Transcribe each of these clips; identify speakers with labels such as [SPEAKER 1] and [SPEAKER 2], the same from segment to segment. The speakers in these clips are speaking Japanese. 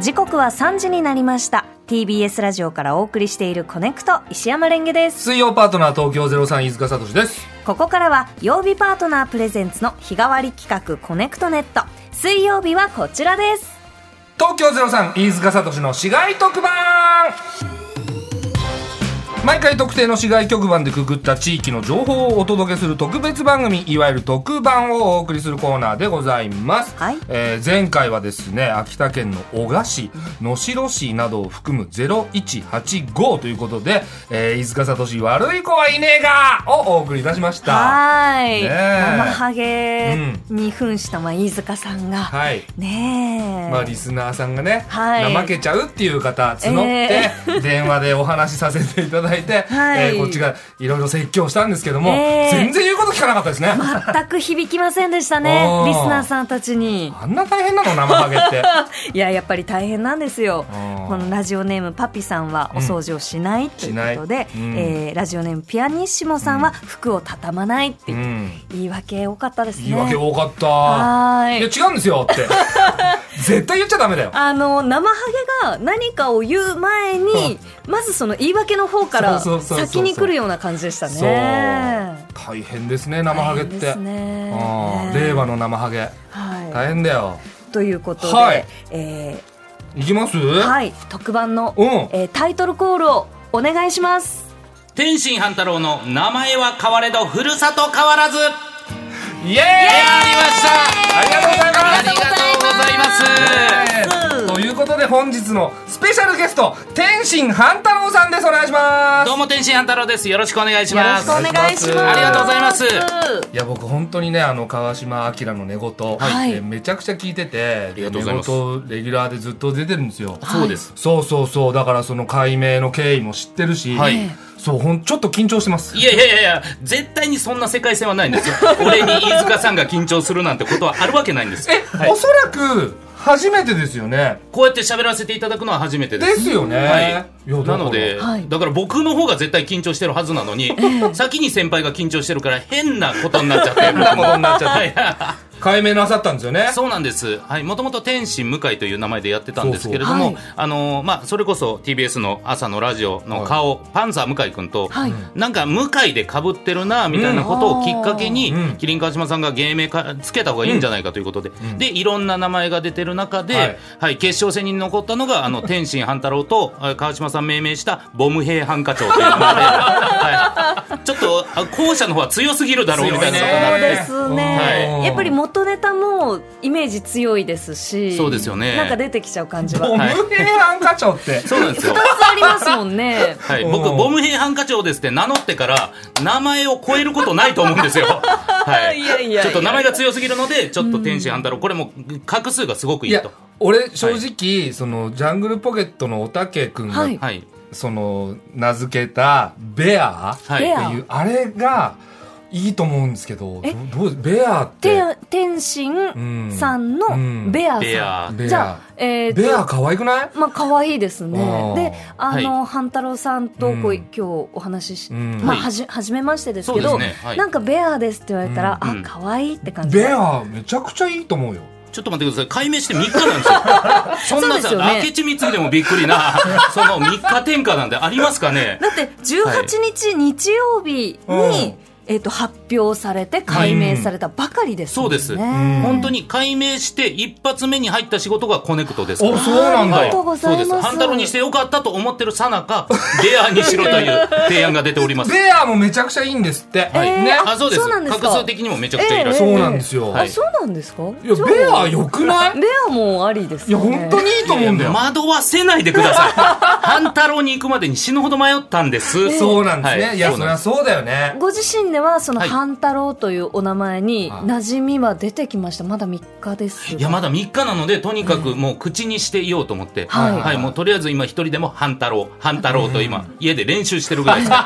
[SPEAKER 1] 時刻は3時になりました TBS ラジオからお送りしているコネクト石山レンゲです
[SPEAKER 2] 水曜パートナー東京ゼロ飯塚聡です。
[SPEAKER 1] ここからは曜日パートナープレゼンツの日替わり企画コネクトネット水曜日はこちらです
[SPEAKER 2] 東京ゼロ飯塚聡の市街特番。毎回特定の市街局番でくぐった地域の情報をお届けする特別番組いわゆる特番をお送りするコーナーでございます、
[SPEAKER 1] はい
[SPEAKER 2] えー前回はですね秋田県の男鹿市能代市などを含む0185ということで、えー飯塚聡悪い子はいねえがをお送りいたしました
[SPEAKER 1] はーい、
[SPEAKER 2] ねえ
[SPEAKER 1] 生ハゲに扮したまあ飯塚さんが、
[SPEAKER 2] はい
[SPEAKER 1] ねえ、
[SPEAKER 2] まあ、リスナーさんがね、
[SPEAKER 1] はい
[SPEAKER 2] 怠けちゃうっていう方募って
[SPEAKER 1] え、
[SPEAKER 2] 電話でお話しさせていただい
[SPEAKER 1] はい
[SPEAKER 2] て、えーこっちがいろいろ説教したんですけども、
[SPEAKER 1] ええ
[SPEAKER 2] 全然言うこと聞かなかったですね。
[SPEAKER 1] 全く響きませんでした
[SPEAKER 2] あ
[SPEAKER 1] ね
[SPEAKER 2] ー
[SPEAKER 1] リスナーさんたちに
[SPEAKER 2] あんな大変なの生ハゲ って。
[SPEAKER 1] いややっぱり大変なんですよ
[SPEAKER 2] あー
[SPEAKER 1] このラジオネームパピさんはお掃除をしないということで、
[SPEAKER 2] しないうん
[SPEAKER 1] えーラジオネームピアニッシモさんは服を畳まないってい
[SPEAKER 2] う
[SPEAKER 1] う、
[SPEAKER 2] ん。
[SPEAKER 1] 言い訳多かったですね
[SPEAKER 2] 言い訳多かった。
[SPEAKER 1] はーい
[SPEAKER 2] いや、違うんですよ って。絶対言っちゃダメだよ。
[SPEAKER 1] あの生ハゲが何かを言う前にまずその言い訳の方から
[SPEAKER 2] そうそうそうそう
[SPEAKER 1] 先に来るような感じでした
[SPEAKER 2] そう。
[SPEAKER 1] ね
[SPEAKER 2] 大変ですね、生ハゲって。
[SPEAKER 1] 大変ですね
[SPEAKER 2] あー
[SPEAKER 1] ね
[SPEAKER 2] 令和の生ハゲ。
[SPEAKER 1] は
[SPEAKER 2] 大変だよ。
[SPEAKER 1] い、ということで、
[SPEAKER 2] はい
[SPEAKER 1] え
[SPEAKER 2] いきます
[SPEAKER 1] ーはい、特番の、
[SPEAKER 2] うん
[SPEAKER 1] えータイトルコールをお願いします
[SPEAKER 3] 天心半太郎の名前は変われどふるさと変わらずやり
[SPEAKER 2] イエーイありがとうございます
[SPEAKER 3] ありがとうございます
[SPEAKER 1] うん
[SPEAKER 2] ということで本日のスペシャルゲスト天心半太郎さんですお願いします
[SPEAKER 3] どうも天心半太郎ですよろしくお願いし
[SPEAKER 1] よろ
[SPEAKER 3] ま
[SPEAKER 1] し
[SPEAKER 3] す
[SPEAKER 1] くお願いします
[SPEAKER 2] ありがとう
[SPEAKER 3] ございます
[SPEAKER 2] いや僕本当にねあの川島明の寝言、
[SPEAKER 1] はい
[SPEAKER 2] えーめちゃくちゃ聞いてて
[SPEAKER 3] りがとうございます
[SPEAKER 2] 寝言レギュラーでずっと出てるんですよ
[SPEAKER 3] そうです
[SPEAKER 2] そうそうそうだからその解明の経緯も知ってるし、
[SPEAKER 3] はい
[SPEAKER 2] そうほんちょっと緊張してます
[SPEAKER 3] いやいやいやいや絶対にそんな世界線はないんですよ俺に飯塚さんが緊張するなんてことはあるわけないんです
[SPEAKER 2] え、
[SPEAKER 3] はい
[SPEAKER 2] おそらく初めてですよね
[SPEAKER 3] こうやって喋らせていただくのは初めてです
[SPEAKER 2] ですよね、
[SPEAKER 3] はい、
[SPEAKER 2] いやだから
[SPEAKER 3] なの で、
[SPEAKER 1] はい
[SPEAKER 3] だから僕の方が絶対緊張してるはずなのに、先に先輩が緊張してるから変なことになっちゃって変なことになっちゃって、はい
[SPEAKER 2] 解明なさったんですよね
[SPEAKER 3] そうなんです。はい、もともと天心向井という名前でやってたんですけれど
[SPEAKER 1] そう
[SPEAKER 3] も、
[SPEAKER 1] そう
[SPEAKER 3] あのーまあそれこそ TBS の朝のラジオの顔、パンサー向井くんと、
[SPEAKER 1] はい
[SPEAKER 3] なんか向井で被ってるなみたいなことをきっかけに、
[SPEAKER 2] うん
[SPEAKER 3] 麒麟川島さんが芸名かつけた方がいいんじゃないかということで、
[SPEAKER 2] ん
[SPEAKER 3] でいろんな名前が出てる中で、
[SPEAKER 2] は
[SPEAKER 3] はいい、決勝戦に残ったのがあの天心半太郎とあ川島さん命名したボム兵ハンカチョウという名前で、はい、ちょっとあ後者の方は強すぎるだろうみたいなことにな
[SPEAKER 1] そう
[SPEAKER 3] って
[SPEAKER 1] で。すね、
[SPEAKER 2] はい
[SPEAKER 1] やっぱり元ネタもイメージ強いですし
[SPEAKER 3] そうですよね
[SPEAKER 1] なんか出てきちゃう感じは
[SPEAKER 2] ボム兵ハンカチョウって
[SPEAKER 3] そうなんですよ。
[SPEAKER 1] 普通ありますもんね
[SPEAKER 3] はい、
[SPEAKER 2] うん
[SPEAKER 3] 僕、ボム兵ハンカチョウですって名乗ってから、名前を超えることないと思う んですよ。はいい。
[SPEAKER 1] やいやいや
[SPEAKER 3] ちょっと名前が強すぎるので、ちょっと天使ハンタロウ、これも画数がすごくい
[SPEAKER 2] い
[SPEAKER 3] い
[SPEAKER 2] や
[SPEAKER 3] と。
[SPEAKER 2] 俺正直、そのジャングルポケットのおたけくんが、
[SPEAKER 1] はい
[SPEAKER 3] はい。
[SPEAKER 2] その名付けたベアって
[SPEAKER 3] はい。
[SPEAKER 1] レア
[SPEAKER 2] いうあれがいいと思うんですけど
[SPEAKER 1] え
[SPEAKER 2] どうベアって
[SPEAKER 1] 天天心さんのベア
[SPEAKER 3] ベ
[SPEAKER 1] さ
[SPEAKER 3] ア
[SPEAKER 1] ん、。
[SPEAKER 2] ベ
[SPEAKER 1] じ
[SPEAKER 2] ア
[SPEAKER 1] ゃあえーと
[SPEAKER 2] ベア可愛くない
[SPEAKER 1] まあ可愛いですね。
[SPEAKER 2] うん
[SPEAKER 1] で、あの、
[SPEAKER 3] は
[SPEAKER 1] 半太郎さんとこう、
[SPEAKER 2] うん
[SPEAKER 1] 今日お話しし、
[SPEAKER 2] うん
[SPEAKER 1] まあ
[SPEAKER 3] はい
[SPEAKER 1] はじ初めましてです
[SPEAKER 3] そう
[SPEAKER 1] け
[SPEAKER 3] で
[SPEAKER 1] ど、
[SPEAKER 3] すね。はい。
[SPEAKER 1] なんかベアですって言われたら、
[SPEAKER 3] うん
[SPEAKER 1] あ可愛いって感じ。
[SPEAKER 2] ベアめちゃくちゃいいと思うよ
[SPEAKER 3] ちょっと待ってください。解明して3日なんですよ。そんな
[SPEAKER 1] そうですよね
[SPEAKER 3] さ、明智光でもびっくりな、 その3日天下なんてありますかね
[SPEAKER 1] だって18日、日曜日に、
[SPEAKER 2] うん
[SPEAKER 1] えっ、と発表されて解明されたばかりですもんね。
[SPEAKER 3] うんそうです
[SPEAKER 2] うん
[SPEAKER 3] 本当に解明して一発目に入った仕事がコネクトですから
[SPEAKER 2] おそうなんだ
[SPEAKER 1] ありがとうございます
[SPEAKER 3] そうです。半太郎にしてよかったと思ってるさなか、レアにしろという提案が出ております。
[SPEAKER 2] ベアもめちゃくちゃいいんですって、
[SPEAKER 1] いえー
[SPEAKER 2] ね
[SPEAKER 3] あ、そうです。
[SPEAKER 1] そうなんですか
[SPEAKER 3] 画数的にもめちゃくちゃいらっしゃ
[SPEAKER 2] そ
[SPEAKER 3] る。
[SPEAKER 2] うなんですよ、、
[SPEAKER 3] はい
[SPEAKER 1] あ、そうなんですか。
[SPEAKER 2] や
[SPEAKER 1] じゃ
[SPEAKER 2] ベ
[SPEAKER 1] あ
[SPEAKER 2] ア良くない
[SPEAKER 1] ベアもありです
[SPEAKER 2] いや
[SPEAKER 1] よね。
[SPEAKER 2] 本当にいいと思うんだよ
[SPEAKER 3] 惑わせないでください。半太郎に行くまでに死ぬほど迷ったんです。
[SPEAKER 2] そうなんですね、、
[SPEAKER 3] はい
[SPEAKER 2] や
[SPEAKER 3] そう
[SPEAKER 2] そり
[SPEAKER 3] なん
[SPEAKER 2] ゃ
[SPEAKER 3] です
[SPEAKER 2] そうだよね
[SPEAKER 1] ご自身ではその
[SPEAKER 3] はい
[SPEAKER 1] 半太郎というお名前に
[SPEAKER 2] はい
[SPEAKER 1] 馴染みは出てきました。まだ3日ですが。
[SPEAKER 3] いや、まだ3日なので、とにかくもう口にしていようと思って。
[SPEAKER 1] はい
[SPEAKER 3] はい、もうとりあえず今一人でも半太郎、半太郎と今、家で練習してるぐ らいですね。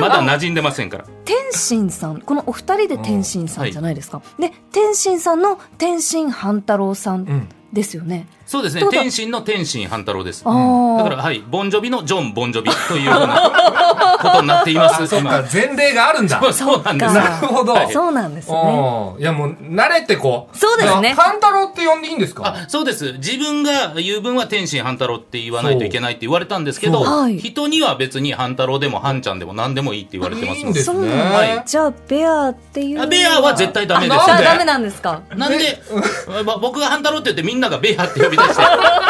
[SPEAKER 3] まだ馴染んでませんから。
[SPEAKER 1] 天心さんこのお二人で天心さんじゃないですか、で天心さんの天心半太郎さんですよね、
[SPEAKER 3] そうですね
[SPEAKER 1] ってことは
[SPEAKER 3] 天心の天心半太郎ですだ
[SPEAKER 1] あー
[SPEAKER 3] からはいボンジョビのジョン・ボンジョビというようなことになってい ます
[SPEAKER 2] そっか
[SPEAKER 3] 今
[SPEAKER 2] 前例があるんだ
[SPEAKER 3] そうなんです
[SPEAKER 1] そっ
[SPEAKER 3] よ
[SPEAKER 1] か
[SPEAKER 2] なるほど
[SPEAKER 1] そうなんですね。
[SPEAKER 2] おーいやもう慣れてこう
[SPEAKER 1] そうですね
[SPEAKER 2] 勘太郎って呼んでいいんですか
[SPEAKER 3] あそうです自分が言う分は天心半太郎って言わないといけないって言われたんですけど、
[SPEAKER 1] そうはい
[SPEAKER 3] 人には別に半太郎でも半ちゃんでも何でもいいって言われてます
[SPEAKER 2] いいんです
[SPEAKER 1] そうなんだ、
[SPEAKER 2] はい
[SPEAKER 1] じゃあベアっていうの
[SPEAKER 3] あベアは絶対ダメです
[SPEAKER 2] あ
[SPEAKER 1] じゃ
[SPEAKER 2] なん
[SPEAKER 1] あ
[SPEAKER 2] で
[SPEAKER 1] ダメなんですか
[SPEAKER 3] なんで、ま僕が半太郎って言ってみんながベアって呼び 出して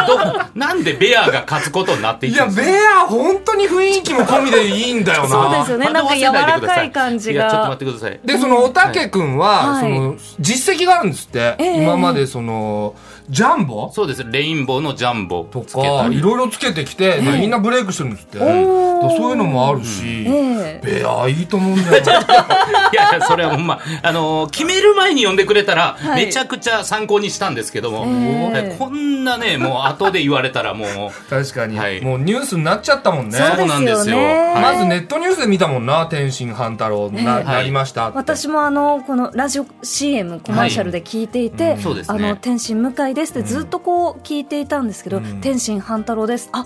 [SPEAKER 3] どうなんでベアが勝つことになってい
[SPEAKER 2] い
[SPEAKER 3] くん
[SPEAKER 2] や
[SPEAKER 3] です
[SPEAKER 2] ベア本当に雰囲気も込みでいいんだよな
[SPEAKER 1] そうですよねなんか柔らかい感じ
[SPEAKER 3] やちょっと
[SPEAKER 1] が
[SPEAKER 3] 待ってください
[SPEAKER 2] でそのおたけくんは、
[SPEAKER 1] はい
[SPEAKER 2] その実績があるんですって、
[SPEAKER 1] ええ
[SPEAKER 2] 今までそのジャンボ
[SPEAKER 3] そうですレインボーのジャンボ
[SPEAKER 2] と
[SPEAKER 3] つけた
[SPEAKER 2] かい
[SPEAKER 3] り
[SPEAKER 2] ろいろつけてきて、みんなブレイクしてるんですって、
[SPEAKER 1] ー
[SPEAKER 2] だからそういうのもあるし、
[SPEAKER 1] ええ
[SPEAKER 2] ベアいいと思うんだ よな
[SPEAKER 3] いやいやそれはほんまあのー決める前に呼んでくれたら、
[SPEAKER 1] はい
[SPEAKER 3] めちゃくちゃ参考にしたんですけども、
[SPEAKER 1] ええ
[SPEAKER 3] こんなねもう後で言われたらもう
[SPEAKER 2] 確かに、
[SPEAKER 3] はい
[SPEAKER 2] もうニュースになっちゃったもんね
[SPEAKER 1] そうですよね
[SPEAKER 3] なんですよ
[SPEAKER 2] まずネットニュースで見たもんな天心半太郎な,、
[SPEAKER 1] ええ
[SPEAKER 2] なりましたって
[SPEAKER 1] 私もあのこのラジオ CM コマーシャルで聞いていて、
[SPEAKER 2] うん
[SPEAKER 3] そうです
[SPEAKER 1] あ
[SPEAKER 3] ね
[SPEAKER 1] の天心向井ですってずっとこう聞いていたんですけど、
[SPEAKER 2] うん
[SPEAKER 1] 天心半太郎ですあ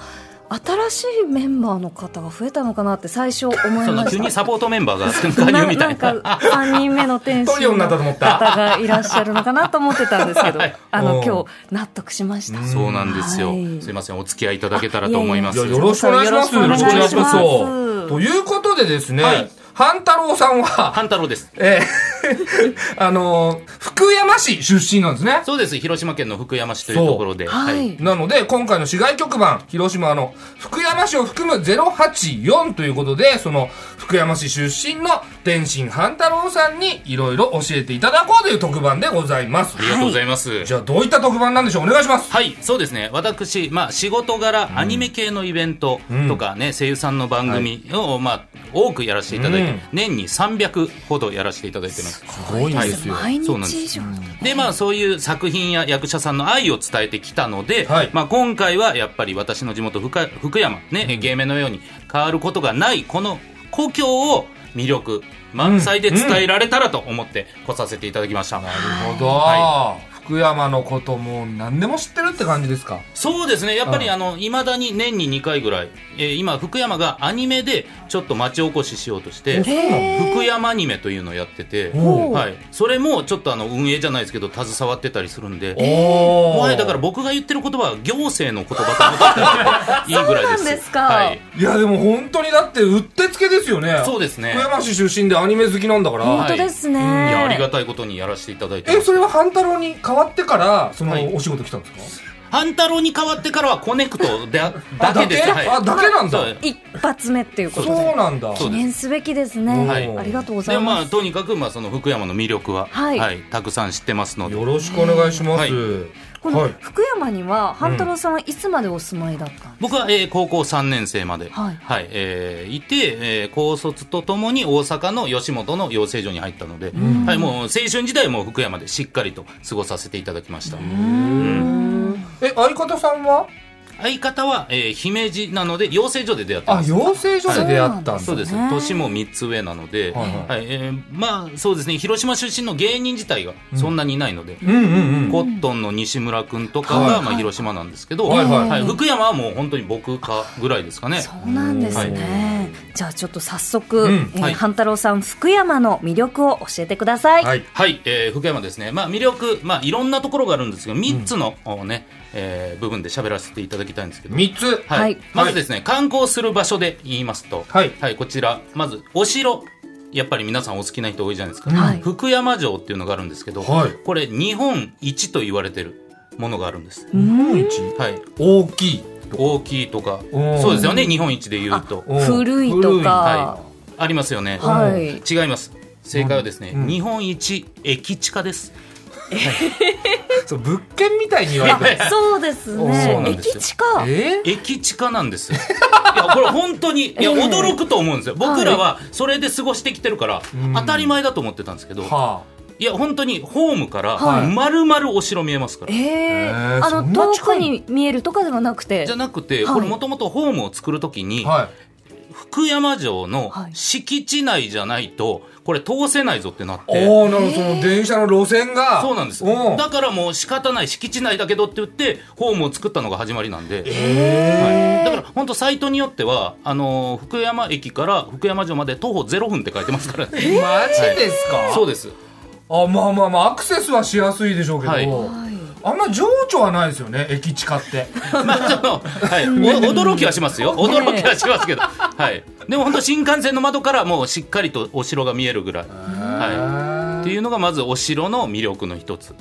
[SPEAKER 1] 新しいメンバーの方が増えたのかなって最初思い
[SPEAKER 3] その
[SPEAKER 1] ま
[SPEAKER 3] 急
[SPEAKER 1] し
[SPEAKER 3] にサポートメンバーが
[SPEAKER 1] た
[SPEAKER 3] 加入みたいな
[SPEAKER 1] なんか3人目の天
[SPEAKER 2] トリオ
[SPEAKER 1] 心
[SPEAKER 2] になったと思
[SPEAKER 1] の
[SPEAKER 2] った
[SPEAKER 1] 方がいらっしゃるのかなと思ってたんですけど、
[SPEAKER 3] はい
[SPEAKER 1] あ
[SPEAKER 2] う
[SPEAKER 1] の
[SPEAKER 2] ん
[SPEAKER 1] 今日納得しました。
[SPEAKER 3] そうなんですよ、
[SPEAKER 1] はい
[SPEAKER 3] すいませんお付き合いいただけたらと思います
[SPEAKER 2] いや、よろしくお願いします。
[SPEAKER 1] よろしくお願いします
[SPEAKER 2] こちらこそということでですね、
[SPEAKER 3] はい
[SPEAKER 2] 半太郎さんは、
[SPEAKER 3] 半太郎です
[SPEAKER 2] え ーあのー福山市出身なんですね。
[SPEAKER 3] そうです広島県の福山市というところで、
[SPEAKER 1] はい
[SPEAKER 2] なので、今回の市外局番、広島の福山市を含む084ということで、その福山市出身の天心半太郎さんにいろいろ教えていただこうという特番でございます
[SPEAKER 3] あ。りがとうございます、
[SPEAKER 2] じゃあ、どういった特番なんでしょうお願いします。
[SPEAKER 3] はい、そうですね。私、まあ、仕事柄、アニメ系のイベントとかね、声優さんの番組を、まあ、多くやらせていただいて、
[SPEAKER 2] うん
[SPEAKER 3] 年に300ほどやらせていただいてます。
[SPEAKER 2] すごいんですよ。
[SPEAKER 1] 毎
[SPEAKER 3] そうなんです
[SPEAKER 1] 日以上
[SPEAKER 3] で、まあ、そういう作品や役者さんの愛を伝えてきたので、
[SPEAKER 2] はい
[SPEAKER 3] まあ、今回はやっぱり私の地元福、福山、ね、芸名のように変わることがない、この故郷を魅力満載で伝えられたらと思って来させていただきました。
[SPEAKER 2] なるほど、
[SPEAKER 3] は
[SPEAKER 2] 福山のことも何でも知ってるって感じですか
[SPEAKER 3] そうですね、やっぱり
[SPEAKER 2] うん
[SPEAKER 3] あの未だに年に2回ぐらい、えー今、福山がアニメでちょっと町おこししようとして、
[SPEAKER 2] え
[SPEAKER 1] えー
[SPEAKER 3] 福山アニメというのをやってて、
[SPEAKER 2] おう
[SPEAKER 3] はい、それもちょっとあの運営じゃないですけど、携わってたりするんで、
[SPEAKER 2] お
[SPEAKER 3] はい、だから僕が言ってる言葉は行政の言葉と思っていただいていいぐらいです。
[SPEAKER 1] そうなんですか
[SPEAKER 3] はい、
[SPEAKER 2] いやでも本当にだってうってつけですよね
[SPEAKER 3] そうですね
[SPEAKER 2] 福山市出身でアニメ好きなんだから、
[SPEAKER 1] 本当ですね。
[SPEAKER 3] いやありがたいことにやらせていただいて
[SPEAKER 2] え
[SPEAKER 3] ます
[SPEAKER 2] それは半太郎に変わってからその
[SPEAKER 3] はい
[SPEAKER 2] お仕事来たんですか、
[SPEAKER 3] 半太郎に代わってからはコネクト でだ
[SPEAKER 2] あ
[SPEAKER 3] けですはい
[SPEAKER 2] あだけなんだ、
[SPEAKER 3] そう
[SPEAKER 1] 一発目っていうこ
[SPEAKER 2] そう
[SPEAKER 1] とで
[SPEAKER 2] なんだ
[SPEAKER 3] そう
[SPEAKER 1] 記
[SPEAKER 3] です
[SPEAKER 1] 念すべきですね、
[SPEAKER 2] はい
[SPEAKER 1] ありがとうござ
[SPEAKER 3] で
[SPEAKER 1] い
[SPEAKER 3] ま
[SPEAKER 1] ま
[SPEAKER 3] あ
[SPEAKER 1] す、
[SPEAKER 3] とにかくまあその福山の魅力は、
[SPEAKER 1] はい
[SPEAKER 3] たくさん知ってますので
[SPEAKER 2] よろしくお願いします、
[SPEAKER 3] はい
[SPEAKER 1] この
[SPEAKER 2] はい
[SPEAKER 1] 福山には半太郎さんはいつまでお住まいだったんです
[SPEAKER 3] 僕は、えー高校3年生まで、
[SPEAKER 1] はい
[SPEAKER 3] えーいて、えー高卒とともに大阪の吉本の養成所に入ったので、はい、もう青春時代も福山でしっかりと過ごさせていただきました、
[SPEAKER 2] え相方さんは
[SPEAKER 3] 相方は、えー姫路なので養成所で出会って
[SPEAKER 2] あ
[SPEAKER 3] ます
[SPEAKER 2] 養成所で出会ったんだ
[SPEAKER 3] そうです
[SPEAKER 1] ね
[SPEAKER 3] 年も3つ上なので、
[SPEAKER 2] は
[SPEAKER 3] はいい
[SPEAKER 2] は
[SPEAKER 3] えーまあそうですね広島出身の芸人自体がそんなにいないので、
[SPEAKER 2] うんうんうん
[SPEAKER 3] コットンの西村君とか
[SPEAKER 2] は
[SPEAKER 3] が、
[SPEAKER 2] い
[SPEAKER 3] まあ、広島なんですけど、
[SPEAKER 2] はいはい
[SPEAKER 3] 福山はもう本当に僕かぐらいですかね。
[SPEAKER 1] そうなんですね、じゃあちょっと早速、
[SPEAKER 2] うん
[SPEAKER 1] えー
[SPEAKER 3] はい
[SPEAKER 1] 半太郎さん福山の魅力を教えてください、
[SPEAKER 2] はい
[SPEAKER 3] はい、えー福山ですね、まあ、魅力、まあ、いろんなところがあるんですが3つの、おねえー部分で喋らせていただきたいんですけど、
[SPEAKER 2] 三つ
[SPEAKER 3] はい
[SPEAKER 1] はい
[SPEAKER 3] まずですね観光する場所で言いますと、
[SPEAKER 2] はい
[SPEAKER 3] こちらまずお城やっぱり皆さんお好きな人多いじゃないですか、
[SPEAKER 1] はい
[SPEAKER 3] 福山城っていうのがあるんですけど、
[SPEAKER 2] はい
[SPEAKER 3] これ日本一と言われてるものがあるんです、
[SPEAKER 2] 日本一
[SPEAKER 3] はい、
[SPEAKER 2] 大き い
[SPEAKER 3] 大きいとか
[SPEAKER 2] うん
[SPEAKER 3] そうですよね日本一で言うと
[SPEAKER 2] うん
[SPEAKER 1] 古いとか
[SPEAKER 3] ありますよね、
[SPEAKER 1] はい、
[SPEAKER 3] 違います正解はですね、
[SPEAKER 2] うん
[SPEAKER 3] 日本一駅地下です
[SPEAKER 2] そう物件みたいに言われてる
[SPEAKER 1] あそうです
[SPEAKER 2] そう
[SPEAKER 1] ね
[SPEAKER 3] なんですよ
[SPEAKER 1] 駅地下
[SPEAKER 2] え
[SPEAKER 3] 駅地下なんですよ いやこれ本当にいや
[SPEAKER 1] ええ
[SPEAKER 3] 驚くと思うんですよ僕らはそれで過ごしてきてるから
[SPEAKER 2] うん
[SPEAKER 3] 当たり前だと思ってたんですけど
[SPEAKER 2] はい
[SPEAKER 3] や本当にホームから
[SPEAKER 1] はい
[SPEAKER 3] 丸々お城見えますから
[SPEAKER 1] ええ
[SPEAKER 2] えー
[SPEAKER 1] あ
[SPEAKER 2] そん
[SPEAKER 1] の
[SPEAKER 2] な
[SPEAKER 1] 遠
[SPEAKER 2] 近
[SPEAKER 1] く
[SPEAKER 2] い
[SPEAKER 1] に見えるとかではなくて
[SPEAKER 3] じゃなくて
[SPEAKER 1] はい
[SPEAKER 3] これもともとホームを作るときに
[SPEAKER 2] は
[SPEAKER 3] 福山城の
[SPEAKER 1] はい
[SPEAKER 3] 敷地内じゃないとこれ通せないぞってなって、
[SPEAKER 2] おおなるほどその電車の路線が
[SPEAKER 3] そうなんです
[SPEAKER 2] おー
[SPEAKER 3] だからもう仕方ない敷地内だけどって言ってホームを作ったのが始まりなんで、はい、だから本当サイトによってはあのー福山駅から福山城まで徒歩0分って書いてますからね、
[SPEAKER 2] マジですか、
[SPEAKER 3] そうです
[SPEAKER 2] あまあまあまあアクセスはしやすいでしょうけど、
[SPEAKER 3] はい
[SPEAKER 2] あんま情緒はないですよね駅地下って
[SPEAKER 3] まあちょっと、 はい、お驚きはしますよ驚きはしますけど、はい、でも本当新幹線の窓からもうしっかりとお城が見えるぐらい、はい、っていうのがまずお城の魅力の一つ、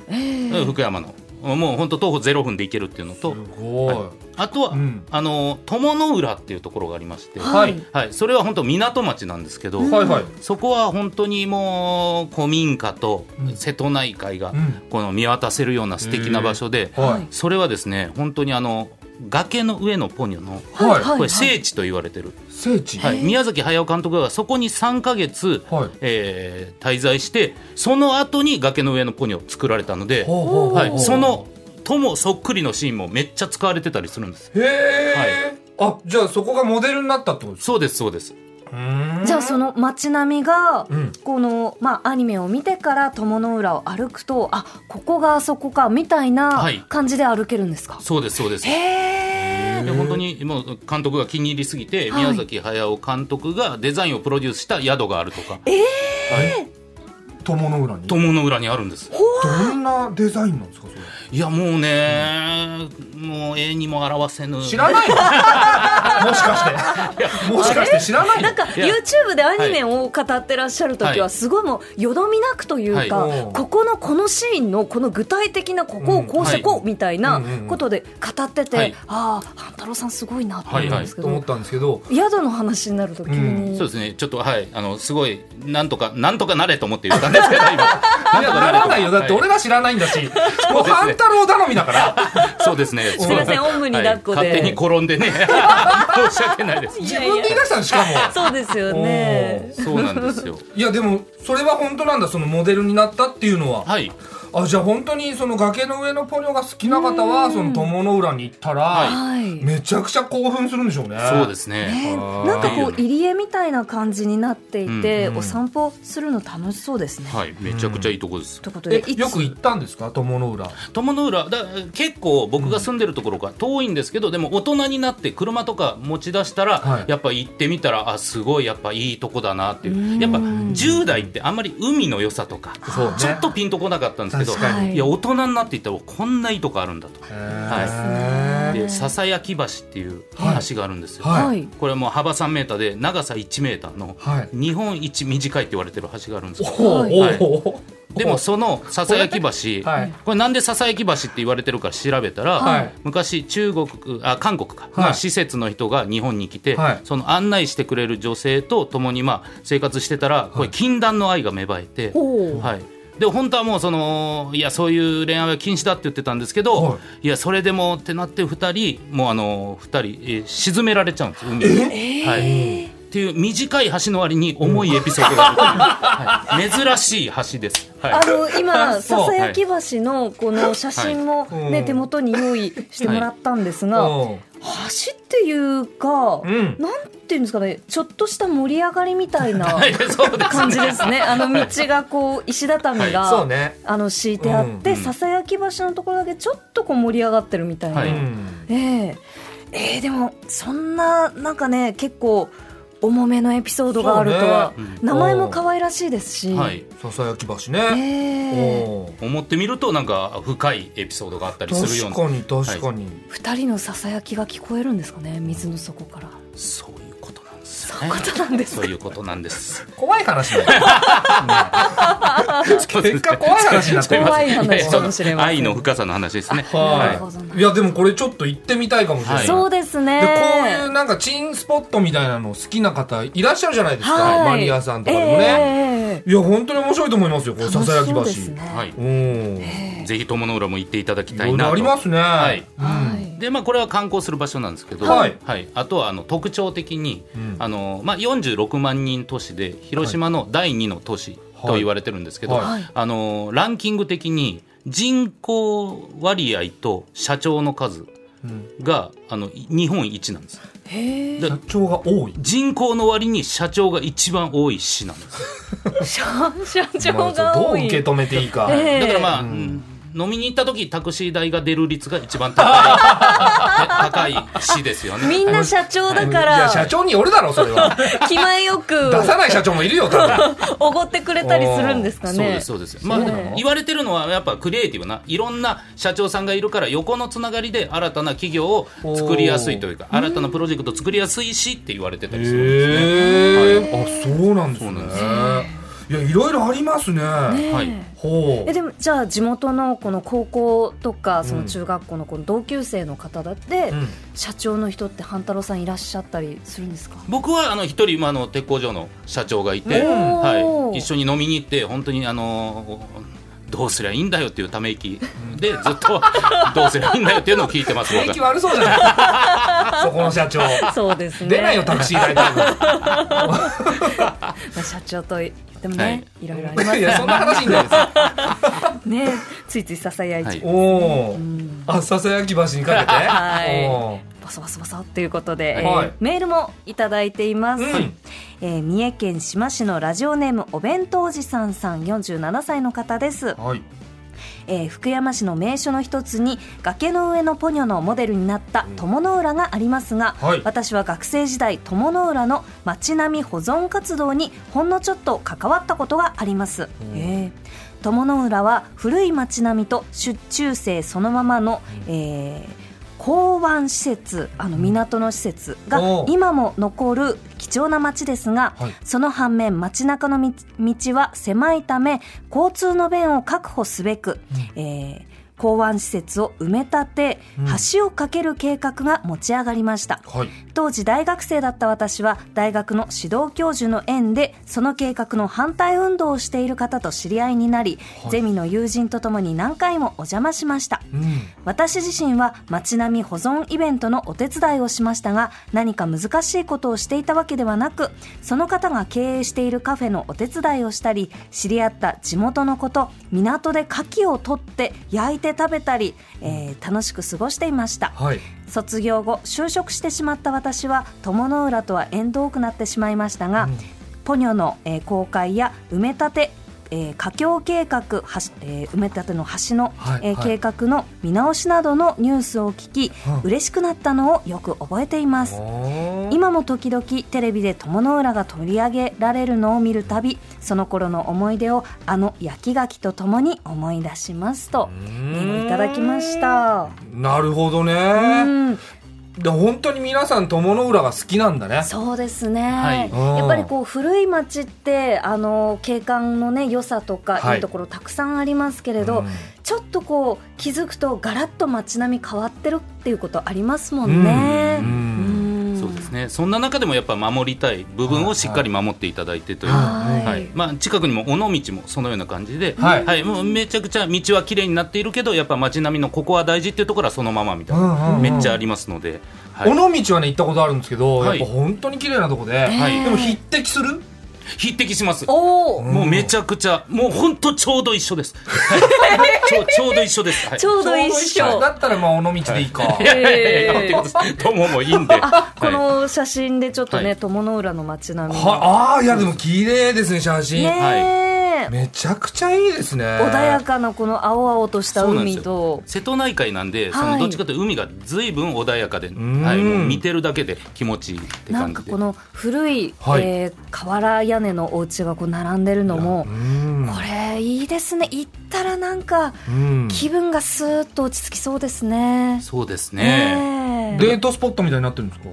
[SPEAKER 3] 福山のもう本当徒歩0分で行けるっていうのと
[SPEAKER 2] すごい、
[SPEAKER 3] あとは、
[SPEAKER 2] うん
[SPEAKER 3] あの友の浦っていうところがありまして、
[SPEAKER 2] はい
[SPEAKER 3] はい、それは本当港町なんですけど、
[SPEAKER 2] はいはい
[SPEAKER 3] そこは本当にもう古民家と瀬戸内海が
[SPEAKER 2] ん
[SPEAKER 3] この見渡せるような素敵な場所で、
[SPEAKER 2] はい
[SPEAKER 3] それはですね本当にあの崖の上のポニョの
[SPEAKER 2] は
[SPEAKER 1] は
[SPEAKER 2] い
[SPEAKER 1] いはい
[SPEAKER 3] これ聖地と言われてる、
[SPEAKER 2] 聖地、
[SPEAKER 3] はい宮崎駿監督がそこに3か月、
[SPEAKER 2] はい
[SPEAKER 3] えー滞在してその後に崖の上のポニョを作られたので、
[SPEAKER 2] ほうほうほう
[SPEAKER 3] はいそのともそっくりのシーンもめっちゃ使われてたりするんです
[SPEAKER 2] へえ、あじゃあそこがモデルになったってことです
[SPEAKER 3] そうですそうです
[SPEAKER 2] か
[SPEAKER 1] じゃあその街並みが、
[SPEAKER 2] うん
[SPEAKER 1] この、まあ、アニメを見てから友の浦を歩くとあここがあそこかみたいな
[SPEAKER 3] はい
[SPEAKER 1] 感じで歩けるんですか、
[SPEAKER 3] そうですそうです
[SPEAKER 1] へえ
[SPEAKER 3] で本当にもう監督が気に入りすぎて、
[SPEAKER 1] はい
[SPEAKER 3] 宮崎駿監督がデザインをプロデュースした宿があるとか
[SPEAKER 2] 友の裏にど
[SPEAKER 3] 友の裏にあるんです
[SPEAKER 2] んなデザインなんですかそれ
[SPEAKER 3] いやもうね、もう絵にも表せぬ
[SPEAKER 2] 知らないの もし かしてもしかして知らないの
[SPEAKER 1] なんか
[SPEAKER 3] いや
[SPEAKER 1] YouTube でアニメを語ってらっしゃる時
[SPEAKER 3] は
[SPEAKER 1] はいすごいもうよどみなくというか、
[SPEAKER 2] はい
[SPEAKER 1] ここのこのシーンのこの具体的なここをこうしてこう
[SPEAKER 3] う
[SPEAKER 1] みたいな
[SPEAKER 2] うんうんうん
[SPEAKER 1] ことで語ってて、
[SPEAKER 3] はい
[SPEAKER 1] ああ半太郎さんすごいなと思うんですけ
[SPEAKER 2] と
[SPEAKER 1] ど、
[SPEAKER 2] 思ったんですけど
[SPEAKER 1] 宿の話になると急に、
[SPEAKER 2] うん
[SPEAKER 3] そうですねちょっとはいあのすごいなんとかなんとかなれと思って言ったんですけど今 なんとか
[SPEAKER 2] な
[SPEAKER 3] れと
[SPEAKER 2] らないよだって俺ら知らないんだしもう半太郎頼みだから
[SPEAKER 3] はいそうですね
[SPEAKER 1] すいませんおんぶに抱っこで
[SPEAKER 3] はい勝手に転ん でね申し訳ないです
[SPEAKER 1] い
[SPEAKER 2] 自
[SPEAKER 1] やいや
[SPEAKER 2] 分で言い出したんしかも
[SPEAKER 1] そうですよね
[SPEAKER 3] そうなんですよ
[SPEAKER 2] いやでもそれは本当なんだそのモデルになったっていうのは
[SPEAKER 3] はい
[SPEAKER 2] あじゃあ本当にその崖の上のポニョが好きな方はその友の浦に行ったら、
[SPEAKER 3] は
[SPEAKER 1] はい
[SPEAKER 2] めちゃくちゃ興奮するんでしょうね。。
[SPEAKER 3] そうですすね
[SPEAKER 1] ね、
[SPEAKER 2] あー
[SPEAKER 1] なんかこう
[SPEAKER 3] い
[SPEAKER 1] 入り江みたいな感じになっていて、
[SPEAKER 2] うんうん
[SPEAKER 1] お散歩するの楽しそうですね。
[SPEAKER 3] はいめちゃくちゃいいとこです
[SPEAKER 1] ということで
[SPEAKER 2] えよく行ったんですか友の浦。
[SPEAKER 3] 友の浦だ結構僕が住んでるところが遠いんですけど、でも大人になって車とか持ち出したら、
[SPEAKER 2] はい
[SPEAKER 3] やっぱ行ってみたらあすごいやっぱいいとこだなっていうやっぱ10代ってあんまり海の良さとか、
[SPEAKER 2] そうね
[SPEAKER 3] ちょっとピンとこなかったんですけど、
[SPEAKER 2] 確
[SPEAKER 1] かに
[SPEAKER 3] いや大人になっていったらこんないいとこあるんだと。
[SPEAKER 2] は
[SPEAKER 3] で笹焼橋っていう橋があるんですよ、
[SPEAKER 2] はい
[SPEAKER 1] はい
[SPEAKER 3] これはもう幅3メーターで長さ1メーターの
[SPEAKER 2] はい
[SPEAKER 3] 日本一短いって言われてる橋があるんですよ
[SPEAKER 2] ほうほうほう
[SPEAKER 3] でもその笹焼き橋、
[SPEAKER 2] はい
[SPEAKER 3] これなんで笹焼き橋って言われてるか調べたら、
[SPEAKER 2] はい
[SPEAKER 3] 昔中国あ韓国か、まあ施設の人が日本に来て、
[SPEAKER 2] はい
[SPEAKER 3] その案内してくれる女性と共にまあ生活してたらこれ禁断の愛が芽生えて、
[SPEAKER 1] ほう
[SPEAKER 3] はい、で本当はもうそのいやそういう恋愛は禁止だって言ってたんですけど、、
[SPEAKER 2] はい
[SPEAKER 3] やそれでもってなって2人もうあの2人、えー沈められちゃうんです海に。はいっていう短い橋の割に重いエピソ ードがある、はい珍しい橋です。はい
[SPEAKER 1] あの今
[SPEAKER 2] そ
[SPEAKER 1] さ
[SPEAKER 2] う
[SPEAKER 1] さやき橋のこの写真も
[SPEAKER 2] はい
[SPEAKER 1] ね、
[SPEAKER 2] うん
[SPEAKER 1] 手元に用意してもらったんです が、
[SPEAKER 2] うん
[SPEAKER 1] 橋っていうか、
[SPEAKER 2] ん
[SPEAKER 1] なんていうんですかねちょっとした盛り上がりみたいな
[SPEAKER 3] はい、そうです
[SPEAKER 1] 感じです ね。あの道がこう石畳が、
[SPEAKER 2] そうね。
[SPEAKER 1] あの敷いてあって、
[SPEAKER 3] うん
[SPEAKER 1] ささやき橋のところだけちょっとこう盛り上がってるみたいな。
[SPEAKER 3] は
[SPEAKER 2] う
[SPEAKER 3] い
[SPEAKER 2] ん。
[SPEAKER 1] ええええでもそんななんかね結構重めのエピソードがあるとは、
[SPEAKER 3] そうね
[SPEAKER 1] 名前も可愛らしいですし、
[SPEAKER 3] はい、
[SPEAKER 2] ささやき橋
[SPEAKER 1] え
[SPEAKER 2] ね。
[SPEAKER 1] え
[SPEAKER 2] おー
[SPEAKER 3] 思ってみるとなんか深いエピソードがあったりするよう
[SPEAKER 2] 確
[SPEAKER 3] な
[SPEAKER 2] かに確かに。
[SPEAKER 1] 二人のささやきが聞こえるんですかね水の底から
[SPEAKER 3] そういうことなんです
[SPEAKER 1] そ
[SPEAKER 3] よ
[SPEAKER 1] うい
[SPEAKER 3] ね
[SPEAKER 1] うことなんです
[SPEAKER 3] そ
[SPEAKER 1] か
[SPEAKER 3] ういう
[SPEAKER 2] 怖
[SPEAKER 3] ことなんです
[SPEAKER 2] い話だよ。結果怖い話になって
[SPEAKER 1] る怖い話 かもしれません
[SPEAKER 3] 愛の深さの話ですね
[SPEAKER 1] なるほどな
[SPEAKER 2] はい。いやでもこれちょっと行ってみたいかもしれない。
[SPEAKER 3] はい
[SPEAKER 1] そうですね
[SPEAKER 2] でこういうなんかチンスポットみたいなの好きな方いらっしゃるじゃないですか、
[SPEAKER 1] はい
[SPEAKER 2] マニアさんとかでもね、
[SPEAKER 1] ええ
[SPEAKER 2] いや本当に面白いと思いますよこのささやき橋
[SPEAKER 1] 楽しそうですね
[SPEAKER 3] はい
[SPEAKER 2] うん
[SPEAKER 3] ぜひ友の浦も行っていただき
[SPEAKER 2] い
[SPEAKER 3] た
[SPEAKER 2] ろ
[SPEAKER 3] い
[SPEAKER 2] い
[SPEAKER 3] な
[SPEAKER 2] ろ
[SPEAKER 3] と
[SPEAKER 2] ありますね、
[SPEAKER 3] はい
[SPEAKER 1] はい
[SPEAKER 3] でまあ、これは観光する場所なんですけど、
[SPEAKER 2] はい
[SPEAKER 3] あとはあの特徴的に、あのまあ、46万人都市で広島の第2の都市と言われてるんですけど、
[SPEAKER 2] はい
[SPEAKER 1] はい
[SPEAKER 3] あのランキング的に人口割合と社長の数が、あのい日本一なんです
[SPEAKER 1] へえ
[SPEAKER 2] 社長が多い
[SPEAKER 3] 人口の割に社長が一番多い市なんです
[SPEAKER 1] 社長
[SPEAKER 2] まあ
[SPEAKER 1] が
[SPEAKER 2] どう
[SPEAKER 1] 多い
[SPEAKER 2] 受け止めていいか、
[SPEAKER 1] ええ
[SPEAKER 3] だからまあ、うん飲みに行った時タクシー代が出る率が一番高い 高い市ですよね
[SPEAKER 1] みんな社長だか
[SPEAKER 2] いや
[SPEAKER 1] ら
[SPEAKER 2] 社長によるだろそ れは
[SPEAKER 1] 気前よく
[SPEAKER 2] 出さない社長もいるよ多分
[SPEAKER 1] おごってくれたりするんですか
[SPEAKER 3] そうで
[SPEAKER 1] ね
[SPEAKER 3] すそうです、まあ
[SPEAKER 1] そうなの
[SPEAKER 3] 言われてるのはやっぱクリエイティブないろんな社長さんがいるから横のつながりで新たな企業を作りやすいというか新たなプロジェクト作りやすいしって言われてたりするんですね、
[SPEAKER 2] へえ、あそうなんですね
[SPEAKER 3] そうなんで
[SPEAKER 2] いやいろいろありますね
[SPEAKER 1] ねえ
[SPEAKER 3] はい
[SPEAKER 2] ほう
[SPEAKER 1] えでもじゃあ地元のこの高校とかその中学校のこの同級生の方だって、
[SPEAKER 2] うん
[SPEAKER 1] 社長の人って半太郎さんいらっしゃったりするん ですか
[SPEAKER 3] 僕はあの一人今の鉄工所の社長がいて、
[SPEAKER 1] おー
[SPEAKER 3] はい、一緒に飲みに行って本当にあのどうすりゃいいんだよっていうため息でずっとどうすりゃいいんだよっていうのを聞いてます僕
[SPEAKER 2] 雰囲
[SPEAKER 3] は
[SPEAKER 2] 気悪そうじゃないそこの社長
[SPEAKER 1] そうですね
[SPEAKER 2] 出ないよタクシー代多分
[SPEAKER 1] まあ、社長といでもね、
[SPEAKER 3] はいい、
[SPEAKER 1] ろいろありま
[SPEAKER 2] い
[SPEAKER 1] す
[SPEAKER 2] やそんな話いいんじゃないですか
[SPEAKER 1] ねついついささやいちゃう、
[SPEAKER 3] はい
[SPEAKER 2] おおあささやき橋にかけて
[SPEAKER 1] はい
[SPEAKER 2] おー
[SPEAKER 1] バサバサバサということで、えー
[SPEAKER 2] はい
[SPEAKER 1] メールもいただいています、
[SPEAKER 2] うん
[SPEAKER 1] えー三重県志摩市のラジオネームお弁当おじさんさん47歳の方です、
[SPEAKER 2] はい
[SPEAKER 1] えー福山市の名所の一つに崖の上のポニョのモデルになった友の浦がありますが、
[SPEAKER 2] はい
[SPEAKER 1] 私は学生時代友の浦の町並み保存活動にほんのちょっと関わったことがあります、えー友の浦は古い町並みと出中生そのままの、えー港湾施設あの港の施設が
[SPEAKER 2] おう
[SPEAKER 1] 今も残る貴重な町ですが、
[SPEAKER 2] はい
[SPEAKER 1] その反面街中のみ道は狭いため交通の便を確保すべく、えー港湾施設を埋め立て
[SPEAKER 2] うん
[SPEAKER 1] 橋を架ける計画が持ち上がりました、
[SPEAKER 2] はい
[SPEAKER 1] 当時大学生だった私は大学の指導教授の縁でその計画の反対運動をしている方と知り合いになり、
[SPEAKER 2] はい
[SPEAKER 1] ゼミの友人と共に何回もお邪魔しました
[SPEAKER 2] うん
[SPEAKER 1] 私自身は街並み保存イベントのお手伝いをしましたが何か難しいことをしていたわけではなくその方が経営しているカフェのお手伝いをしたり知り合った地元のこと港で牡蠣を取って焼いて食べたり、えー楽しく過ごしていました
[SPEAKER 2] はい
[SPEAKER 1] 卒業後就職してしまった私は友の浦とは縁遠くなってしまいましたが、
[SPEAKER 2] うん
[SPEAKER 1] ポニョの、えー公開や埋め立てえー架橋計画橋、えー埋め立ての橋の、
[SPEAKER 2] はい
[SPEAKER 1] えー
[SPEAKER 2] は
[SPEAKER 1] 計
[SPEAKER 2] い
[SPEAKER 1] 画の見直しなどのニュースを聞き、
[SPEAKER 2] うん
[SPEAKER 1] 嬉しくなったのをよく覚えています
[SPEAKER 2] おー
[SPEAKER 1] 今も時々テレビで友の浦が取り上げられるのを見るたびその頃の思い出をあの焼き柿とともに思い出しますとメールいただきました。
[SPEAKER 2] なるほどね
[SPEAKER 1] うん
[SPEAKER 2] で本当に皆さん友の浦が好きなんだね
[SPEAKER 1] そうですね、
[SPEAKER 3] はい
[SPEAKER 2] うん
[SPEAKER 1] やっぱりこう古い町ってあの景観のね良さとか
[SPEAKER 2] はい
[SPEAKER 1] いいところたくさんありますけれど、
[SPEAKER 2] うん
[SPEAKER 1] ちょっとこう気づくとガラッと街並み変わってるっていうことありますもんね。
[SPEAKER 2] うん
[SPEAKER 1] ん
[SPEAKER 3] そうですねそんな中でもやっぱ守りたい部分をしっかり守っていただいてというか、
[SPEAKER 1] はい、
[SPEAKER 3] はいまあ、近くにも尾道もそのような感じで、
[SPEAKER 2] はい
[SPEAKER 3] もうめちゃくちゃ道は綺麗になっているけどやっぱ街並みのここは大事っていうところはそのままみたいな、
[SPEAKER 2] うんうんうん
[SPEAKER 3] めっちゃありますので、はい
[SPEAKER 2] 尾道はね行ったことあるんですけど、
[SPEAKER 3] はい
[SPEAKER 2] やっぱ本当に綺麗なとこで、
[SPEAKER 3] はい
[SPEAKER 2] でも匹敵する
[SPEAKER 3] 匹敵します
[SPEAKER 1] おお、
[SPEAKER 2] ん
[SPEAKER 3] もうめちゃくちゃもうほんとちょうど一緒です、はいちょちょうど一緒です、はい
[SPEAKER 1] ちょうど一
[SPEAKER 2] ちょうど
[SPEAKER 1] 緒。
[SPEAKER 2] だったらまあ尾道でいいか、
[SPEAKER 3] いやいやいや
[SPEAKER 1] えー
[SPEAKER 3] やめてください友もいいんで、
[SPEAKER 1] こ
[SPEAKER 3] は
[SPEAKER 1] の写真でちょっとね、
[SPEAKER 3] はい
[SPEAKER 1] 友の浦の街並みが
[SPEAKER 2] はあーいやでも綺麗ですね写真、
[SPEAKER 1] ねえ、
[SPEAKER 2] めちゃくちゃいいですね
[SPEAKER 1] 穏やかなこの青々とした
[SPEAKER 3] そうなんで
[SPEAKER 1] 海
[SPEAKER 3] すよ
[SPEAKER 1] と
[SPEAKER 3] い、瀬戸内海なんで、
[SPEAKER 1] い
[SPEAKER 3] そのどっちかというと海が随分穏やかで、
[SPEAKER 2] ん
[SPEAKER 3] はい、もう見てるだけで気持ちいいって
[SPEAKER 1] な
[SPEAKER 3] 感
[SPEAKER 1] ん
[SPEAKER 3] じ
[SPEAKER 1] か
[SPEAKER 3] で
[SPEAKER 1] この古い、
[SPEAKER 2] はい
[SPEAKER 1] えー瓦屋根のお家がこう並んでるのも
[SPEAKER 2] う、ん
[SPEAKER 1] これいいですね行ったらなんか
[SPEAKER 2] うん
[SPEAKER 1] 気分がスーッと落ち着きそうですね。
[SPEAKER 3] そうですね
[SPEAKER 1] ねえ
[SPEAKER 2] デートスポットみたいになってるんですか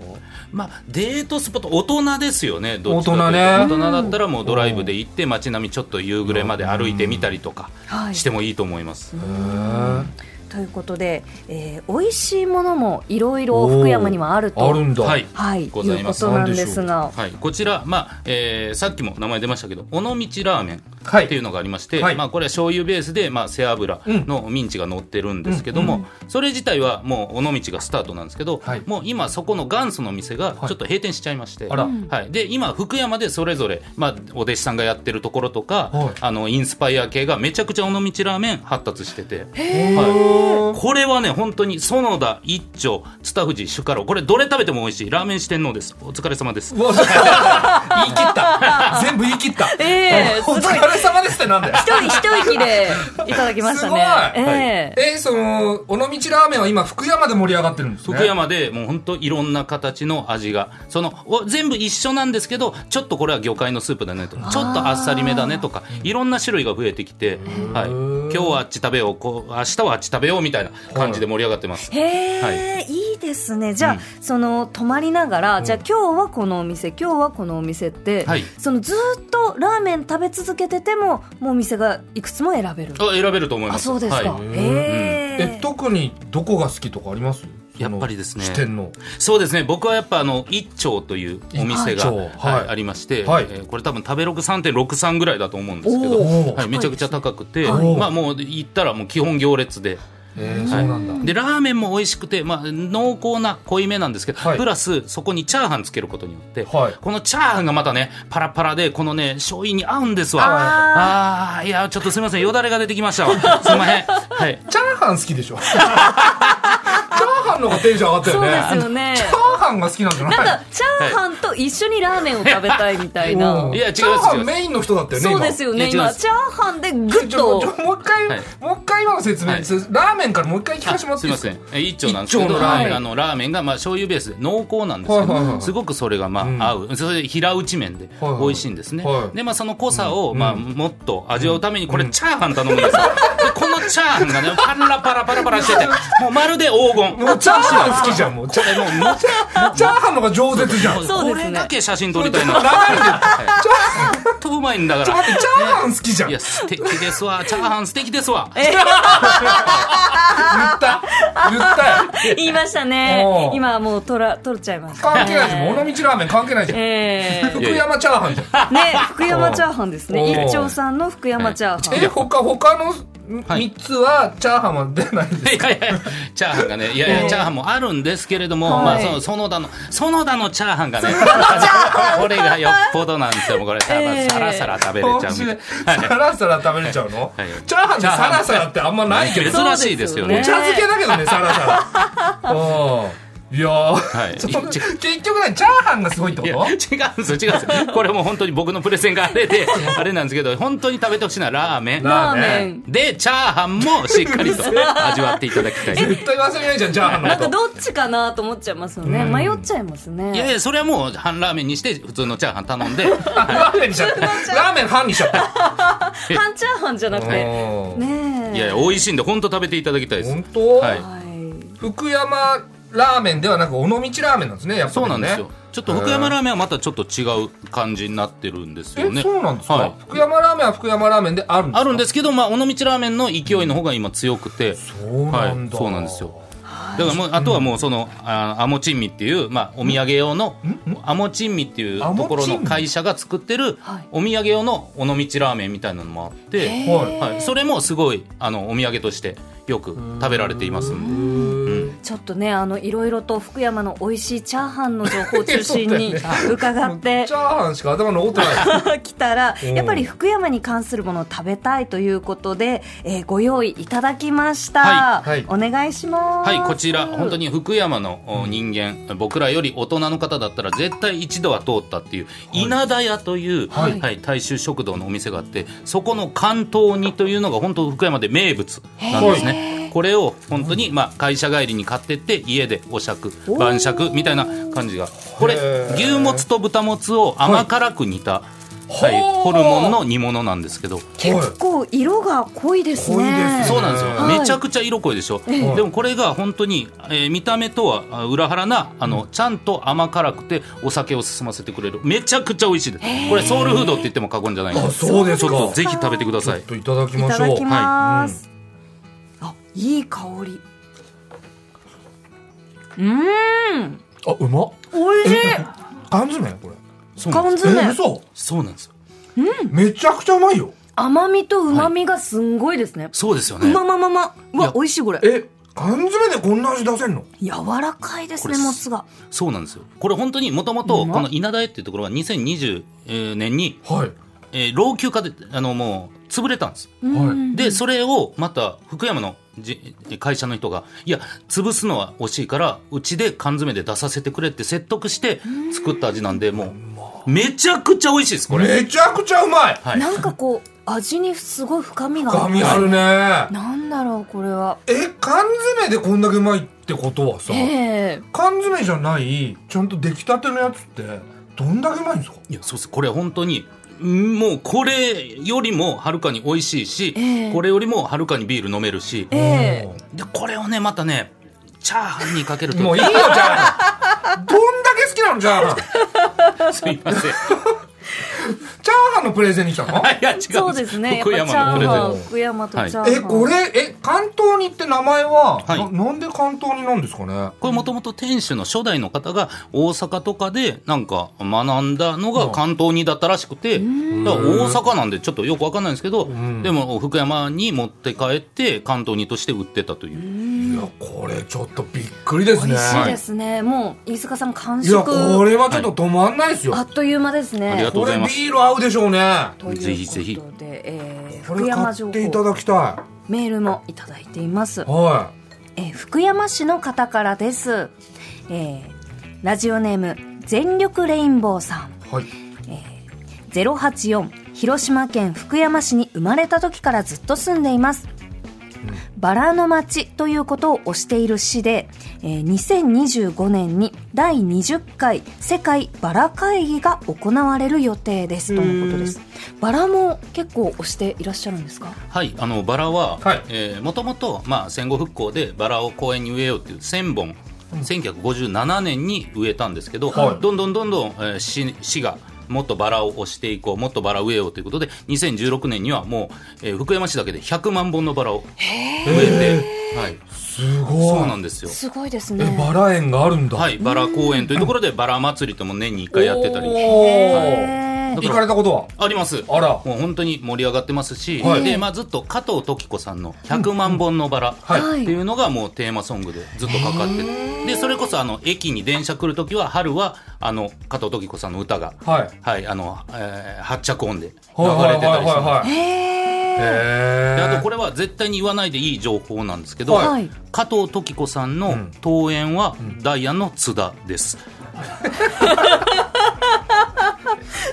[SPEAKER 3] まあ、デートスポット大人ですよねどっちかというと
[SPEAKER 2] 大人ね
[SPEAKER 3] 大人だったらもうドライブで行って街並みちょっと夕暮れまで歩いてみたりとか
[SPEAKER 1] はい
[SPEAKER 3] してもいいと思います、
[SPEAKER 1] ということで、えー、美味しいものもいろいろ福山にはあると
[SPEAKER 2] あるんだ
[SPEAKER 3] はい
[SPEAKER 1] はい、
[SPEAKER 3] ございます
[SPEAKER 1] うことなんですが
[SPEAKER 3] はい、こちら、まあえーさっきも名前出ましたけど尾道ラーメン
[SPEAKER 2] はい
[SPEAKER 3] っていうのがありまして、
[SPEAKER 2] はい
[SPEAKER 3] まあ、これは醤油ベースで、まあ、背脂のミンチが乗ってるんですけども、それ自体はもう尾道がスタートなんですけど、
[SPEAKER 2] はい
[SPEAKER 3] もう今そこの元祖の店がちょっと閉店しちゃいまして、
[SPEAKER 2] あら
[SPEAKER 3] はい、で今福山でそれぞれ、まあ、お弟子さんがやってるところとか、
[SPEAKER 2] はい
[SPEAKER 3] あのインスパイア系がめちゃくちゃ尾道ラーメン発達してて。
[SPEAKER 2] は
[SPEAKER 3] これはね本当に園田一丁蔦藤主家老これどれ食べても美味しいラーメン四天王ですお疲れ様です
[SPEAKER 2] い。うわ 言い切った。全部言い切 った。
[SPEAKER 4] ええす
[SPEAKER 2] お
[SPEAKER 4] ごい
[SPEAKER 2] 疲れ様ですってなんだよ。
[SPEAKER 4] 一人一息でいただきましたね。
[SPEAKER 2] すごい
[SPEAKER 4] ええ
[SPEAKER 2] え、その、尾道ラーメンは今、福山で盛り上がってるんですね。
[SPEAKER 3] 福。山でもう本当いろんな形の味がそのお全部一緒なんですけどちょっとこれは魚介のスープだねとかちょっとあっさりめだねとかいろんな種類が増えてきて、はい、今日はあっち食べようこう明日はあっち食べようみたいな感じで盛り上がってます。
[SPEAKER 1] へえ、、
[SPEAKER 3] はい
[SPEAKER 1] いですねじゃあ、その泊まりながら、じゃあ今日はこのお店今日はこのお店って、
[SPEAKER 3] はい
[SPEAKER 1] そのずっとラーメン食べ続けててももうお店がいくつも選べる
[SPEAKER 3] あ選べると思います
[SPEAKER 1] あそうですか、
[SPEAKER 3] はい
[SPEAKER 1] へえ、
[SPEAKER 2] え、特にどこが好きとかあります
[SPEAKER 3] やっぱりですね
[SPEAKER 2] 四天王。
[SPEAKER 3] そうですね僕はやっぱあの一丁というお店
[SPEAKER 2] 一
[SPEAKER 3] が、
[SPEAKER 2] 丁
[SPEAKER 3] はい
[SPEAKER 2] はい
[SPEAKER 3] ありまして、
[SPEAKER 2] はい
[SPEAKER 3] えーこれ多分食べログ3.63ぐらいだと思うんですけ
[SPEAKER 2] おー
[SPEAKER 3] ど、はい、めちゃくちゃ高くて、
[SPEAKER 2] いですね
[SPEAKER 3] まあもう行ったらもう基本行列で。
[SPEAKER 2] えー、そうなんだ。
[SPEAKER 3] でラーメンも美味しくて、まあ、濃厚な濃いめなんですけど、
[SPEAKER 2] はい
[SPEAKER 3] プラスそこにチャーハンつけることによって、
[SPEAKER 2] はい
[SPEAKER 3] このチャーハンがまたねパラパラでこのね醤油に合うんですわあーいやちょっとすみませんよだれが出てきましたわすみませんはい
[SPEAKER 2] チャーハン好きで しょチャーハンの方がテンション上がったよ
[SPEAKER 4] そう
[SPEAKER 2] ね。
[SPEAKER 4] ですよね
[SPEAKER 2] チャ。ーハンが好きなんじゃない
[SPEAKER 4] なんかチャーハンと一緒にラーメンを食べたいみたいな。
[SPEAKER 2] うん
[SPEAKER 3] いや違います
[SPEAKER 2] チャーハ
[SPEAKER 3] 違い
[SPEAKER 2] ン
[SPEAKER 3] ます
[SPEAKER 2] メインの人だったよね。
[SPEAKER 4] そう
[SPEAKER 2] 今
[SPEAKER 4] ですよね。
[SPEAKER 3] いや違い
[SPEAKER 4] 今
[SPEAKER 3] ます
[SPEAKER 4] チャーハンでぐっ
[SPEAKER 2] ちょ、ちょ
[SPEAKER 4] と。
[SPEAKER 2] もう一回、
[SPEAKER 3] はい
[SPEAKER 2] もう一回今の説明、
[SPEAKER 3] はい
[SPEAKER 2] そラーメンからもう一回聞か
[SPEAKER 3] あ
[SPEAKER 2] せてもらっ
[SPEAKER 3] す
[SPEAKER 2] てい
[SPEAKER 3] み
[SPEAKER 2] い
[SPEAKER 3] ま
[SPEAKER 2] です
[SPEAKER 3] せ
[SPEAKER 2] か
[SPEAKER 3] んえ一丁なんですけ
[SPEAKER 2] 一丁
[SPEAKER 3] ど
[SPEAKER 2] のラーメン
[SPEAKER 3] はいあのラーメンがまあ醤油ベースで濃厚なんですけ
[SPEAKER 2] はいはいはい
[SPEAKER 3] どすごくそれがまあ合うそれで平打ち麺で
[SPEAKER 2] はいはい
[SPEAKER 3] 美味しいんですね
[SPEAKER 2] はい
[SPEAKER 3] でまあその濃さをまあもっと味わうためにこれチャーハン頼むんですよでこのチャーハ ンがねパラパラパラパラしててもうまるで黄金
[SPEAKER 2] もうチャーハン好きじゃん、もう。チャ
[SPEAKER 3] これもうもう
[SPEAKER 2] チャーハンの方が饒舌じゃ
[SPEAKER 4] そう
[SPEAKER 2] ん。
[SPEAKER 4] ですね
[SPEAKER 3] これだけ写真撮りたいな
[SPEAKER 2] ラーメン
[SPEAKER 3] ほんとうまいんだか
[SPEAKER 2] あと
[SPEAKER 3] ら
[SPEAKER 2] チャーハン好きじゃん。
[SPEAKER 3] い
[SPEAKER 2] 言
[SPEAKER 3] や
[SPEAKER 2] っ
[SPEAKER 3] 素敵ですわチャーハン素敵ですわ
[SPEAKER 2] た。言ったよ。
[SPEAKER 4] 言いました
[SPEAKER 2] お
[SPEAKER 4] ね。
[SPEAKER 2] う
[SPEAKER 4] 今はもう取ら取っちゃいました。
[SPEAKER 2] 関係ないじゃん。尾道ラーメン関係ないじゃん。
[SPEAKER 4] ええ
[SPEAKER 2] 福山チャーハンじゃん。
[SPEAKER 4] ね、
[SPEAKER 1] 福山チャーハンですね
[SPEAKER 2] おー
[SPEAKER 1] 一丁さんの福山チャーハン
[SPEAKER 2] え、他、他の
[SPEAKER 3] はい
[SPEAKER 2] 三つはチャーハンは出ないんです
[SPEAKER 3] いやいやチャーハンがねいやいやチャーハンもあるんですけれども、まあその園田の園田のチャーハンがね これがよっぽどなんですよもうこれ多分サラサラ食べれちゃうみたいな、
[SPEAKER 2] サラサラ食べれちゃうの
[SPEAKER 3] はい
[SPEAKER 2] チャーハンでサラサラってあんまないけど。
[SPEAKER 3] 珍しいですよ
[SPEAKER 2] お
[SPEAKER 3] ね
[SPEAKER 2] 茶漬けだけどね、サラサラ。 うん。いやー、
[SPEAKER 3] い
[SPEAKER 2] その結局ね、チャーハンがすごいって
[SPEAKER 3] いや
[SPEAKER 2] こ
[SPEAKER 3] 違うんですよ違うんですよこれもう本当に僕のプレゼンがあれであれなんですけど本当に食べてほしいのはラーメン
[SPEAKER 2] とラ
[SPEAKER 4] ラーメン。
[SPEAKER 3] でチャーハンもしっか りと味わっていただきたい
[SPEAKER 2] 絶対忘れないじゃん、チャーハンの
[SPEAKER 4] なん
[SPEAKER 2] こ
[SPEAKER 4] か
[SPEAKER 2] と。
[SPEAKER 4] どっちかなと思っちゃいますよね。迷っちゃいます
[SPEAKER 3] いやい
[SPEAKER 4] ね。
[SPEAKER 3] やそれはもう半ラーメンにして普通のチャーハン頼んで
[SPEAKER 2] あラーメンにしちゃった。ラーメン半にしちゃった。
[SPEAKER 4] 半チャーハンじゃなくて。
[SPEAKER 2] うん
[SPEAKER 4] ねえ。
[SPEAKER 3] いやいや美味しいんで本当食べていただきたいです
[SPEAKER 2] 本当
[SPEAKER 3] はい
[SPEAKER 4] はい。
[SPEAKER 2] 福山ラーメンではなく尾道ラーメンなんですねやっぱりね
[SPEAKER 3] そうなんですよ。ちょっと福山ラーメンはまたちょっと違う感じになってるんですよ
[SPEAKER 2] え
[SPEAKER 3] ね。
[SPEAKER 2] そうなんですか、
[SPEAKER 3] はい
[SPEAKER 2] 福山ラーメンは福山ラーメンであるんですか
[SPEAKER 3] あるんですすけど、まあ尾道ラーメンの勢いの方が今強くて、
[SPEAKER 2] そうなんだ、
[SPEAKER 3] はいそうなんですよだからもうあとはもうそのあアモチンミっていうまあお土産用のアモチンミっていう
[SPEAKER 2] アモチンミ
[SPEAKER 3] ところの会社が作ってる
[SPEAKER 4] はい
[SPEAKER 3] お土産用の尾道ラーメンみたいなのもあって、
[SPEAKER 2] はい
[SPEAKER 3] はい、それもすごいあのお土産としてよく食べられていますんで。
[SPEAKER 4] ちょっとね、あのいろいろと福山の美味しいチャーハンの情報を中心に
[SPEAKER 2] そう
[SPEAKER 4] 伺って
[SPEAKER 2] チャーハンしか頭残ってな い
[SPEAKER 4] 来たら、
[SPEAKER 2] ん
[SPEAKER 4] やっぱり福山に関するものを食べたいということで、えーご用意いただきました。
[SPEAKER 2] はいは
[SPEAKER 4] お願いします。
[SPEAKER 3] はい、こちら、本当に福山のお人間、僕らより大人の方だったら、絶対一度は通ったっていう、稲田屋という、
[SPEAKER 2] は
[SPEAKER 3] はいい、大衆食堂のお店があって、そこの関東煮というのが、本当、福山で名物なんですね。これを本当に、まあ、会社帰りに買ってって、家でお酌、晩酌みたいな感じが。これ
[SPEAKER 2] へー、
[SPEAKER 3] 牛もつと豚もつを甘辛く煮た、はい、
[SPEAKER 2] ほう
[SPEAKER 3] ホルモンの煮物なんですけど。
[SPEAKER 4] 結構色が濃いですね。
[SPEAKER 2] 濃いですね
[SPEAKER 3] そうなんですよ、
[SPEAKER 4] はい
[SPEAKER 3] めちゃくちゃ色濃いでしょ、でもこれが本当に、えー見た目とはあ裏腹なあのちゃんと甘辛くてお酒を進ませてくれるめちゃくちゃ美味しいですこれソウルフードって言っても過言じゃないん
[SPEAKER 2] あ
[SPEAKER 3] で
[SPEAKER 2] そうです
[SPEAKER 3] ちょ
[SPEAKER 2] か
[SPEAKER 3] っとぜひ食べてくださ
[SPEAKER 2] ちょ
[SPEAKER 3] い
[SPEAKER 2] っといただき
[SPEAKER 4] い
[SPEAKER 2] ま
[SPEAKER 4] た
[SPEAKER 2] しょう
[SPEAKER 4] だきます。あ、いい香り。うーん、
[SPEAKER 2] あうまっ
[SPEAKER 4] おいしい。
[SPEAKER 2] 缶詰これ
[SPEAKER 3] そうなん
[SPEAKER 4] 缶
[SPEAKER 3] です
[SPEAKER 4] 詰。
[SPEAKER 2] 嘘
[SPEAKER 3] そうなんですよ
[SPEAKER 2] めちゃくちゃうまいよ
[SPEAKER 1] 甘みと旨味がすんごいですね。
[SPEAKER 3] そうですよ
[SPEAKER 1] う
[SPEAKER 3] ね。
[SPEAKER 1] まままま。う
[SPEAKER 3] いや
[SPEAKER 1] わ、美味しいこれ。
[SPEAKER 2] え、缶詰でこんな味出せんの
[SPEAKER 1] 柔らかいですね、
[SPEAKER 3] これ
[SPEAKER 1] もつが。
[SPEAKER 3] そうなんですよ。これ本当にもともと、この稲田屋っていうところが2020年に、
[SPEAKER 2] はい。
[SPEAKER 3] えー老朽化で、あの、もう、潰れたんです。
[SPEAKER 2] はい。
[SPEAKER 3] で、それをまた福山のじ会社の人が、いや、潰すのは惜しいから、うちで缶詰で出させてくれって説得して作った味なんで、もう、めちゃくちゃ美味しいです、これ。
[SPEAKER 2] めちゃくちゃうまい
[SPEAKER 3] はい
[SPEAKER 1] なんかこう、味にすごい深みがあ
[SPEAKER 2] 深
[SPEAKER 1] る。
[SPEAKER 2] みあるね。
[SPEAKER 1] なんだろう、これは。
[SPEAKER 2] え、缶詰でこんだけうまいってことはさ、
[SPEAKER 1] ええ
[SPEAKER 2] 缶詰じゃない、ちゃんと出来たてのやつって、どんだけうまいんですか
[SPEAKER 3] いや、そうです。これ本当に、んもうこれよりもはるかに美味しいし、
[SPEAKER 1] ええ
[SPEAKER 3] これよりもはるかにビール飲めるし、
[SPEAKER 1] ええ
[SPEAKER 3] で、これをね、またね、チャーハンにかけると。
[SPEAKER 2] もういいよ、チャーハン。どんだけ好きなの、チャーハン。チ
[SPEAKER 3] すいません。い
[SPEAKER 2] ャーハンのプレゼンに来たの
[SPEAKER 3] や、違うんです。
[SPEAKER 1] そうですね。やっ
[SPEAKER 3] 福
[SPEAKER 1] ぱチャー
[SPEAKER 3] 山のプレゼン
[SPEAKER 1] ハ
[SPEAKER 3] ト
[SPEAKER 1] ン、福山とチャーハン。
[SPEAKER 2] え、これ、え、関東にって名前は、
[SPEAKER 3] はい
[SPEAKER 2] ななんで関東になんですかね
[SPEAKER 3] これもともと店主の初代の方が大阪とかでなんか学んだの
[SPEAKER 2] うん
[SPEAKER 3] が関東にだったらしくて、だから大阪なんでちょっとよくわかんないんですけど、
[SPEAKER 2] ん
[SPEAKER 3] でも福山に持って帰って関東にとして売ってたという。
[SPEAKER 2] いや、これちょっとびっくりですね。
[SPEAKER 1] 美味しい
[SPEAKER 2] い
[SPEAKER 1] ですね。もう、飯塚さん完
[SPEAKER 2] や、
[SPEAKER 1] 食。
[SPEAKER 2] これはちょっと止まんないですよ。
[SPEAKER 1] あっという間ですね。
[SPEAKER 3] ありが
[SPEAKER 2] こ
[SPEAKER 3] とうご
[SPEAKER 2] れ
[SPEAKER 3] ざい
[SPEAKER 2] ビ
[SPEAKER 3] ます
[SPEAKER 2] ール合うでしょうね。
[SPEAKER 1] ということで
[SPEAKER 3] ぜひぜひ
[SPEAKER 1] えー
[SPEAKER 2] こ
[SPEAKER 1] 福
[SPEAKER 2] れ
[SPEAKER 1] 山
[SPEAKER 2] 買
[SPEAKER 1] 情
[SPEAKER 2] っ
[SPEAKER 1] 報
[SPEAKER 2] ていただきた
[SPEAKER 1] メールもいただいています
[SPEAKER 2] い。、は
[SPEAKER 1] えー福山市の方からです、えーラジオネーム全力レインボーさん
[SPEAKER 2] い。はい。
[SPEAKER 1] 084広島県福山市に生まれた時からずっと住んでいますバラの町ということを推している市で、えー2025年に第20回世界バラ会議が行われる予定ですとのことですバラも結構推していらっしゃるんですか
[SPEAKER 3] はい、あのバラは、
[SPEAKER 2] はい
[SPEAKER 3] えー、もともと、まあ、戦後復興でバラを公園に植えようっていう1000本、1957年に植えたんですけど、
[SPEAKER 2] はい
[SPEAKER 3] どんどんどんどん、えー市市がもっとバラを推していこうもっとバラ植えようということで2016年にはもう、えー福山市だけで100万本のバラを植えて、はい、
[SPEAKER 2] すごい。
[SPEAKER 3] そうなんですよ。
[SPEAKER 1] すごいです
[SPEAKER 2] え、
[SPEAKER 1] ね
[SPEAKER 2] バラ園があるんだ。
[SPEAKER 3] はい、バラ公園というところでバラ祭りとも年に1回やってたり
[SPEAKER 2] おー
[SPEAKER 1] へー
[SPEAKER 2] 行かれたことは
[SPEAKER 3] あります
[SPEAKER 2] あら
[SPEAKER 3] もう本当に盛り上がってますし、
[SPEAKER 2] はい
[SPEAKER 3] でまあ、ずっと加藤登紀子さんの「100万本のバラ」って
[SPEAKER 2] はい
[SPEAKER 3] いうのがもうテーマソングでずっとかかっててでそれこそあの駅に電車来る時は春はあの加藤登紀子さんの歌が、
[SPEAKER 2] はい。
[SPEAKER 3] はいあのえー発着音で流れて
[SPEAKER 2] はいはい
[SPEAKER 3] たりしま
[SPEAKER 2] はいはい。
[SPEAKER 1] へー
[SPEAKER 3] すで
[SPEAKER 2] へ
[SPEAKER 3] あ
[SPEAKER 2] ー
[SPEAKER 3] とこれは絶対に言わないでいい情報なんですけど、
[SPEAKER 2] はい
[SPEAKER 1] はい
[SPEAKER 3] 加藤登紀子さんの登園はダイアンの津田です、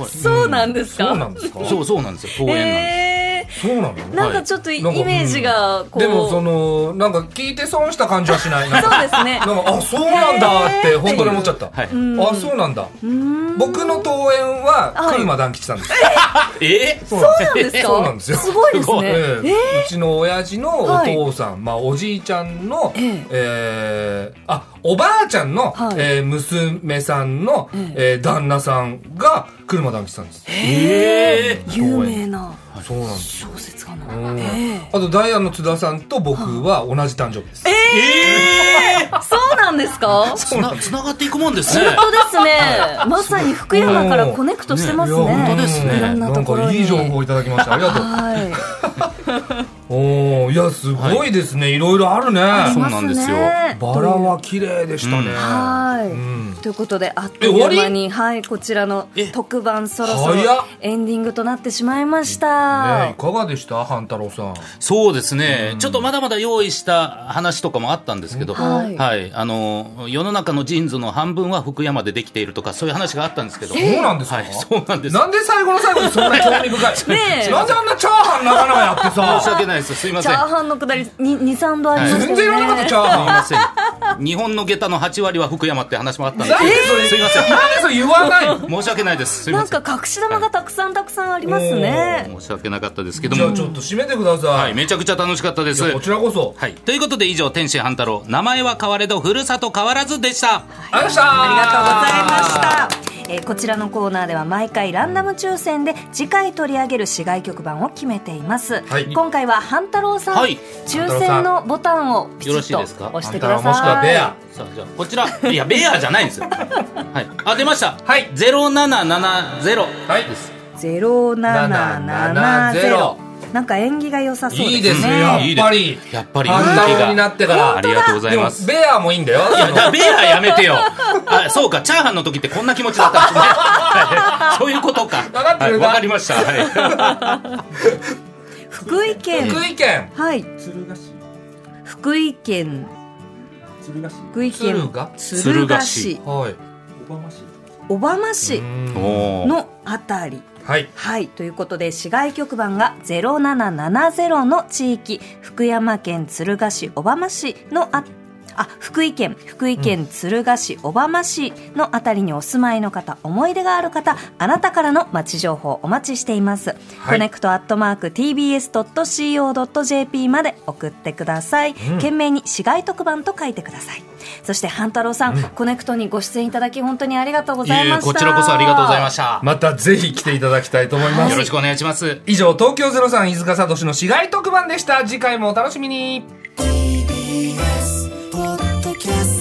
[SPEAKER 1] そうなんですか
[SPEAKER 2] そうなんですか
[SPEAKER 3] そうそうなんですよ登園なんです、
[SPEAKER 1] え
[SPEAKER 2] そうなの
[SPEAKER 1] ーなんかちょっとイ
[SPEAKER 2] なんか
[SPEAKER 1] メージがこう、
[SPEAKER 2] でもそのなんか聞いて損した感じはしないなん
[SPEAKER 1] そ
[SPEAKER 2] か
[SPEAKER 1] うですね
[SPEAKER 2] なんかあそうなんだって本当に思っちゃった、
[SPEAKER 3] はい
[SPEAKER 2] あそうなんだ僕の登園は車団吉さんです、
[SPEAKER 3] えー
[SPEAKER 2] そうな
[SPEAKER 1] そう
[SPEAKER 2] ん
[SPEAKER 1] なんですか
[SPEAKER 2] そうなんですよ
[SPEAKER 1] すごいですね。
[SPEAKER 2] ええうちの親父のお父さん、まあ、おじいちゃんの、え
[SPEAKER 1] ええ
[SPEAKER 2] えあおばあちゃんの、
[SPEAKER 1] はい
[SPEAKER 2] えー娘さんの、えー旦那さんが車団吉さんです、
[SPEAKER 3] えー
[SPEAKER 1] 有名な
[SPEAKER 2] そうなんです
[SPEAKER 1] 小説家
[SPEAKER 2] う
[SPEAKER 1] の。
[SPEAKER 2] ん
[SPEAKER 1] え
[SPEAKER 2] あとダイアンの津田さんと僕は同じ誕生日です、
[SPEAKER 1] えそうなんですか。
[SPEAKER 3] つなつながっていくもんですね。
[SPEAKER 1] 本当です ね。まさに福山からコネクトしてます
[SPEAKER 2] いや
[SPEAKER 1] ね。
[SPEAKER 3] 本当ですね
[SPEAKER 1] いろんなところ
[SPEAKER 2] ん
[SPEAKER 1] に。
[SPEAKER 2] かいい情報をいただきましたあ りがとう
[SPEAKER 1] はい。
[SPEAKER 2] おーいやすごいですね、い、ろいろあるね
[SPEAKER 1] あり
[SPEAKER 3] そう
[SPEAKER 1] ま
[SPEAKER 3] なんですよ
[SPEAKER 1] ね
[SPEAKER 2] バラは綺麗でしたね、
[SPEAKER 3] うん
[SPEAKER 1] はい
[SPEAKER 2] うん
[SPEAKER 1] ということであっという
[SPEAKER 2] え終わ
[SPEAKER 1] 間
[SPEAKER 2] り
[SPEAKER 1] に、はい、こちらの
[SPEAKER 3] え
[SPEAKER 1] 特番そろそろ
[SPEAKER 2] 早っ
[SPEAKER 1] エンディングとなってしまいまし
[SPEAKER 2] ね
[SPEAKER 1] た
[SPEAKER 2] い。かがでした半太郎さん
[SPEAKER 3] そうですね、ちょっとまだまだ用意した話とかもあったんですけど、
[SPEAKER 1] は
[SPEAKER 3] はいい、あの世の中のジーンズの半分は福山でできているとかそういう話があったんですけど、
[SPEAKER 2] そうなんですか、
[SPEAKER 3] はい、そうなんです。
[SPEAKER 2] なんで最後の最後にそんな興味深い
[SPEAKER 1] ねえ
[SPEAKER 2] なんであんなチャーハン長々やって
[SPEAKER 3] 申し
[SPEAKER 2] さ
[SPEAKER 3] 訳ないです。すいま
[SPEAKER 1] チ
[SPEAKER 3] せん。
[SPEAKER 1] ャ
[SPEAKER 3] す
[SPEAKER 1] ーハンのくだりに二三度ありましたよね。
[SPEAKER 2] 全然言わなかったチャー
[SPEAKER 3] い
[SPEAKER 2] ハン
[SPEAKER 3] ません。日本の下駄の8割は福山って話もあったんです
[SPEAKER 2] なんでそれ、
[SPEAKER 3] すいません。
[SPEAKER 2] なんでそれ言わないの
[SPEAKER 3] 申し訳ないです。すい
[SPEAKER 1] な
[SPEAKER 3] ま
[SPEAKER 1] ん
[SPEAKER 3] せん。
[SPEAKER 1] か隠し玉がたくさんたくさんありますね。
[SPEAKER 3] 申し訳なかったですけど
[SPEAKER 2] じゃあ
[SPEAKER 3] も
[SPEAKER 2] ち、ょっと締めてくださ、
[SPEAKER 3] はいい、めちゃくちゃ楽しかったで
[SPEAKER 2] い
[SPEAKER 3] す
[SPEAKER 2] や。こちらこそ、
[SPEAKER 3] はい、ということで以上天心半太郎名前は変われどふるさと変わらずでした。
[SPEAKER 2] ありがとうございました
[SPEAKER 1] ありがとうございました。えーこちらのコーナーでは毎回ランダム抽選で次回取り上げる市外局番を決めています。
[SPEAKER 2] はい
[SPEAKER 1] 今回は半太郎さん、
[SPEAKER 3] はい
[SPEAKER 1] 抽選のボタンをピチ
[SPEAKER 3] よろ
[SPEAKER 1] ッ
[SPEAKER 3] しい
[SPEAKER 1] と
[SPEAKER 3] ですか
[SPEAKER 1] 押して
[SPEAKER 2] 半
[SPEAKER 1] く
[SPEAKER 2] 太
[SPEAKER 1] だ
[SPEAKER 2] 郎もしくは
[SPEAKER 1] さ
[SPEAKER 2] ベ
[SPEAKER 1] い。
[SPEAKER 2] ア
[SPEAKER 3] さあじゃあこちら いやベアじゃないんですよ。はい。あ出ました。
[SPEAKER 2] はい
[SPEAKER 3] ゼロ七七ゼロ
[SPEAKER 2] はい
[SPEAKER 3] です。
[SPEAKER 1] 0770。なんか縁起が良さそうですね。
[SPEAKER 2] いいですね、やっ
[SPEAKER 3] いいです
[SPEAKER 2] ぱり。
[SPEAKER 3] やっぱり
[SPEAKER 2] ハンタ
[SPEAKER 3] 運気
[SPEAKER 2] ロ
[SPEAKER 3] が
[SPEAKER 2] になってから。
[SPEAKER 3] ありがとうございます
[SPEAKER 2] でも、ベアもいいんだよ。その
[SPEAKER 3] ベアやめてよ あそうかチャーハンの時ってこんな気持ちだったん ですねはいそういうことか
[SPEAKER 2] わかって
[SPEAKER 3] はい
[SPEAKER 2] るな
[SPEAKER 3] わかりました、は
[SPEAKER 1] 福井県。
[SPEAKER 2] 福井県。
[SPEAKER 1] はい。
[SPEAKER 5] 鶴ヶ市
[SPEAKER 1] 福井県。
[SPEAKER 5] 鶴ヶ市
[SPEAKER 1] 福井
[SPEAKER 2] 鶴
[SPEAKER 1] 県。
[SPEAKER 2] が
[SPEAKER 1] 敦賀市。
[SPEAKER 2] はい。
[SPEAKER 5] 小浜市
[SPEAKER 1] 小浜
[SPEAKER 2] う
[SPEAKER 1] 市
[SPEAKER 3] い、
[SPEAKER 2] ん
[SPEAKER 3] おー
[SPEAKER 1] のあたり。
[SPEAKER 2] はい。
[SPEAKER 1] はい。ということで、市外局番が0770の地域、福山県敦賀市小浜市のあ、あ、福井県、福井県敦賀市小浜市のあたりにお住まいの方、思い出がある方、あなたからの街情報お待ちしています。
[SPEAKER 2] はい
[SPEAKER 1] コネクトアットマーク tbs.co.jp まで送ってください。懸命に市外特番と書いてください。そして、半太郎さん、コネクトにご出演いただき本当にありがとうござい
[SPEAKER 3] いえ
[SPEAKER 1] ました。
[SPEAKER 3] こちらこそありがとうございました、
[SPEAKER 2] またぜひ来ていただきたいと思いま
[SPEAKER 3] よ
[SPEAKER 2] す
[SPEAKER 3] ろ。しくお願いします
[SPEAKER 2] 以上、東京03飯塚聡の市街特番でした。次回もお楽しみに。
[SPEAKER 6] TBS ポッドキャスト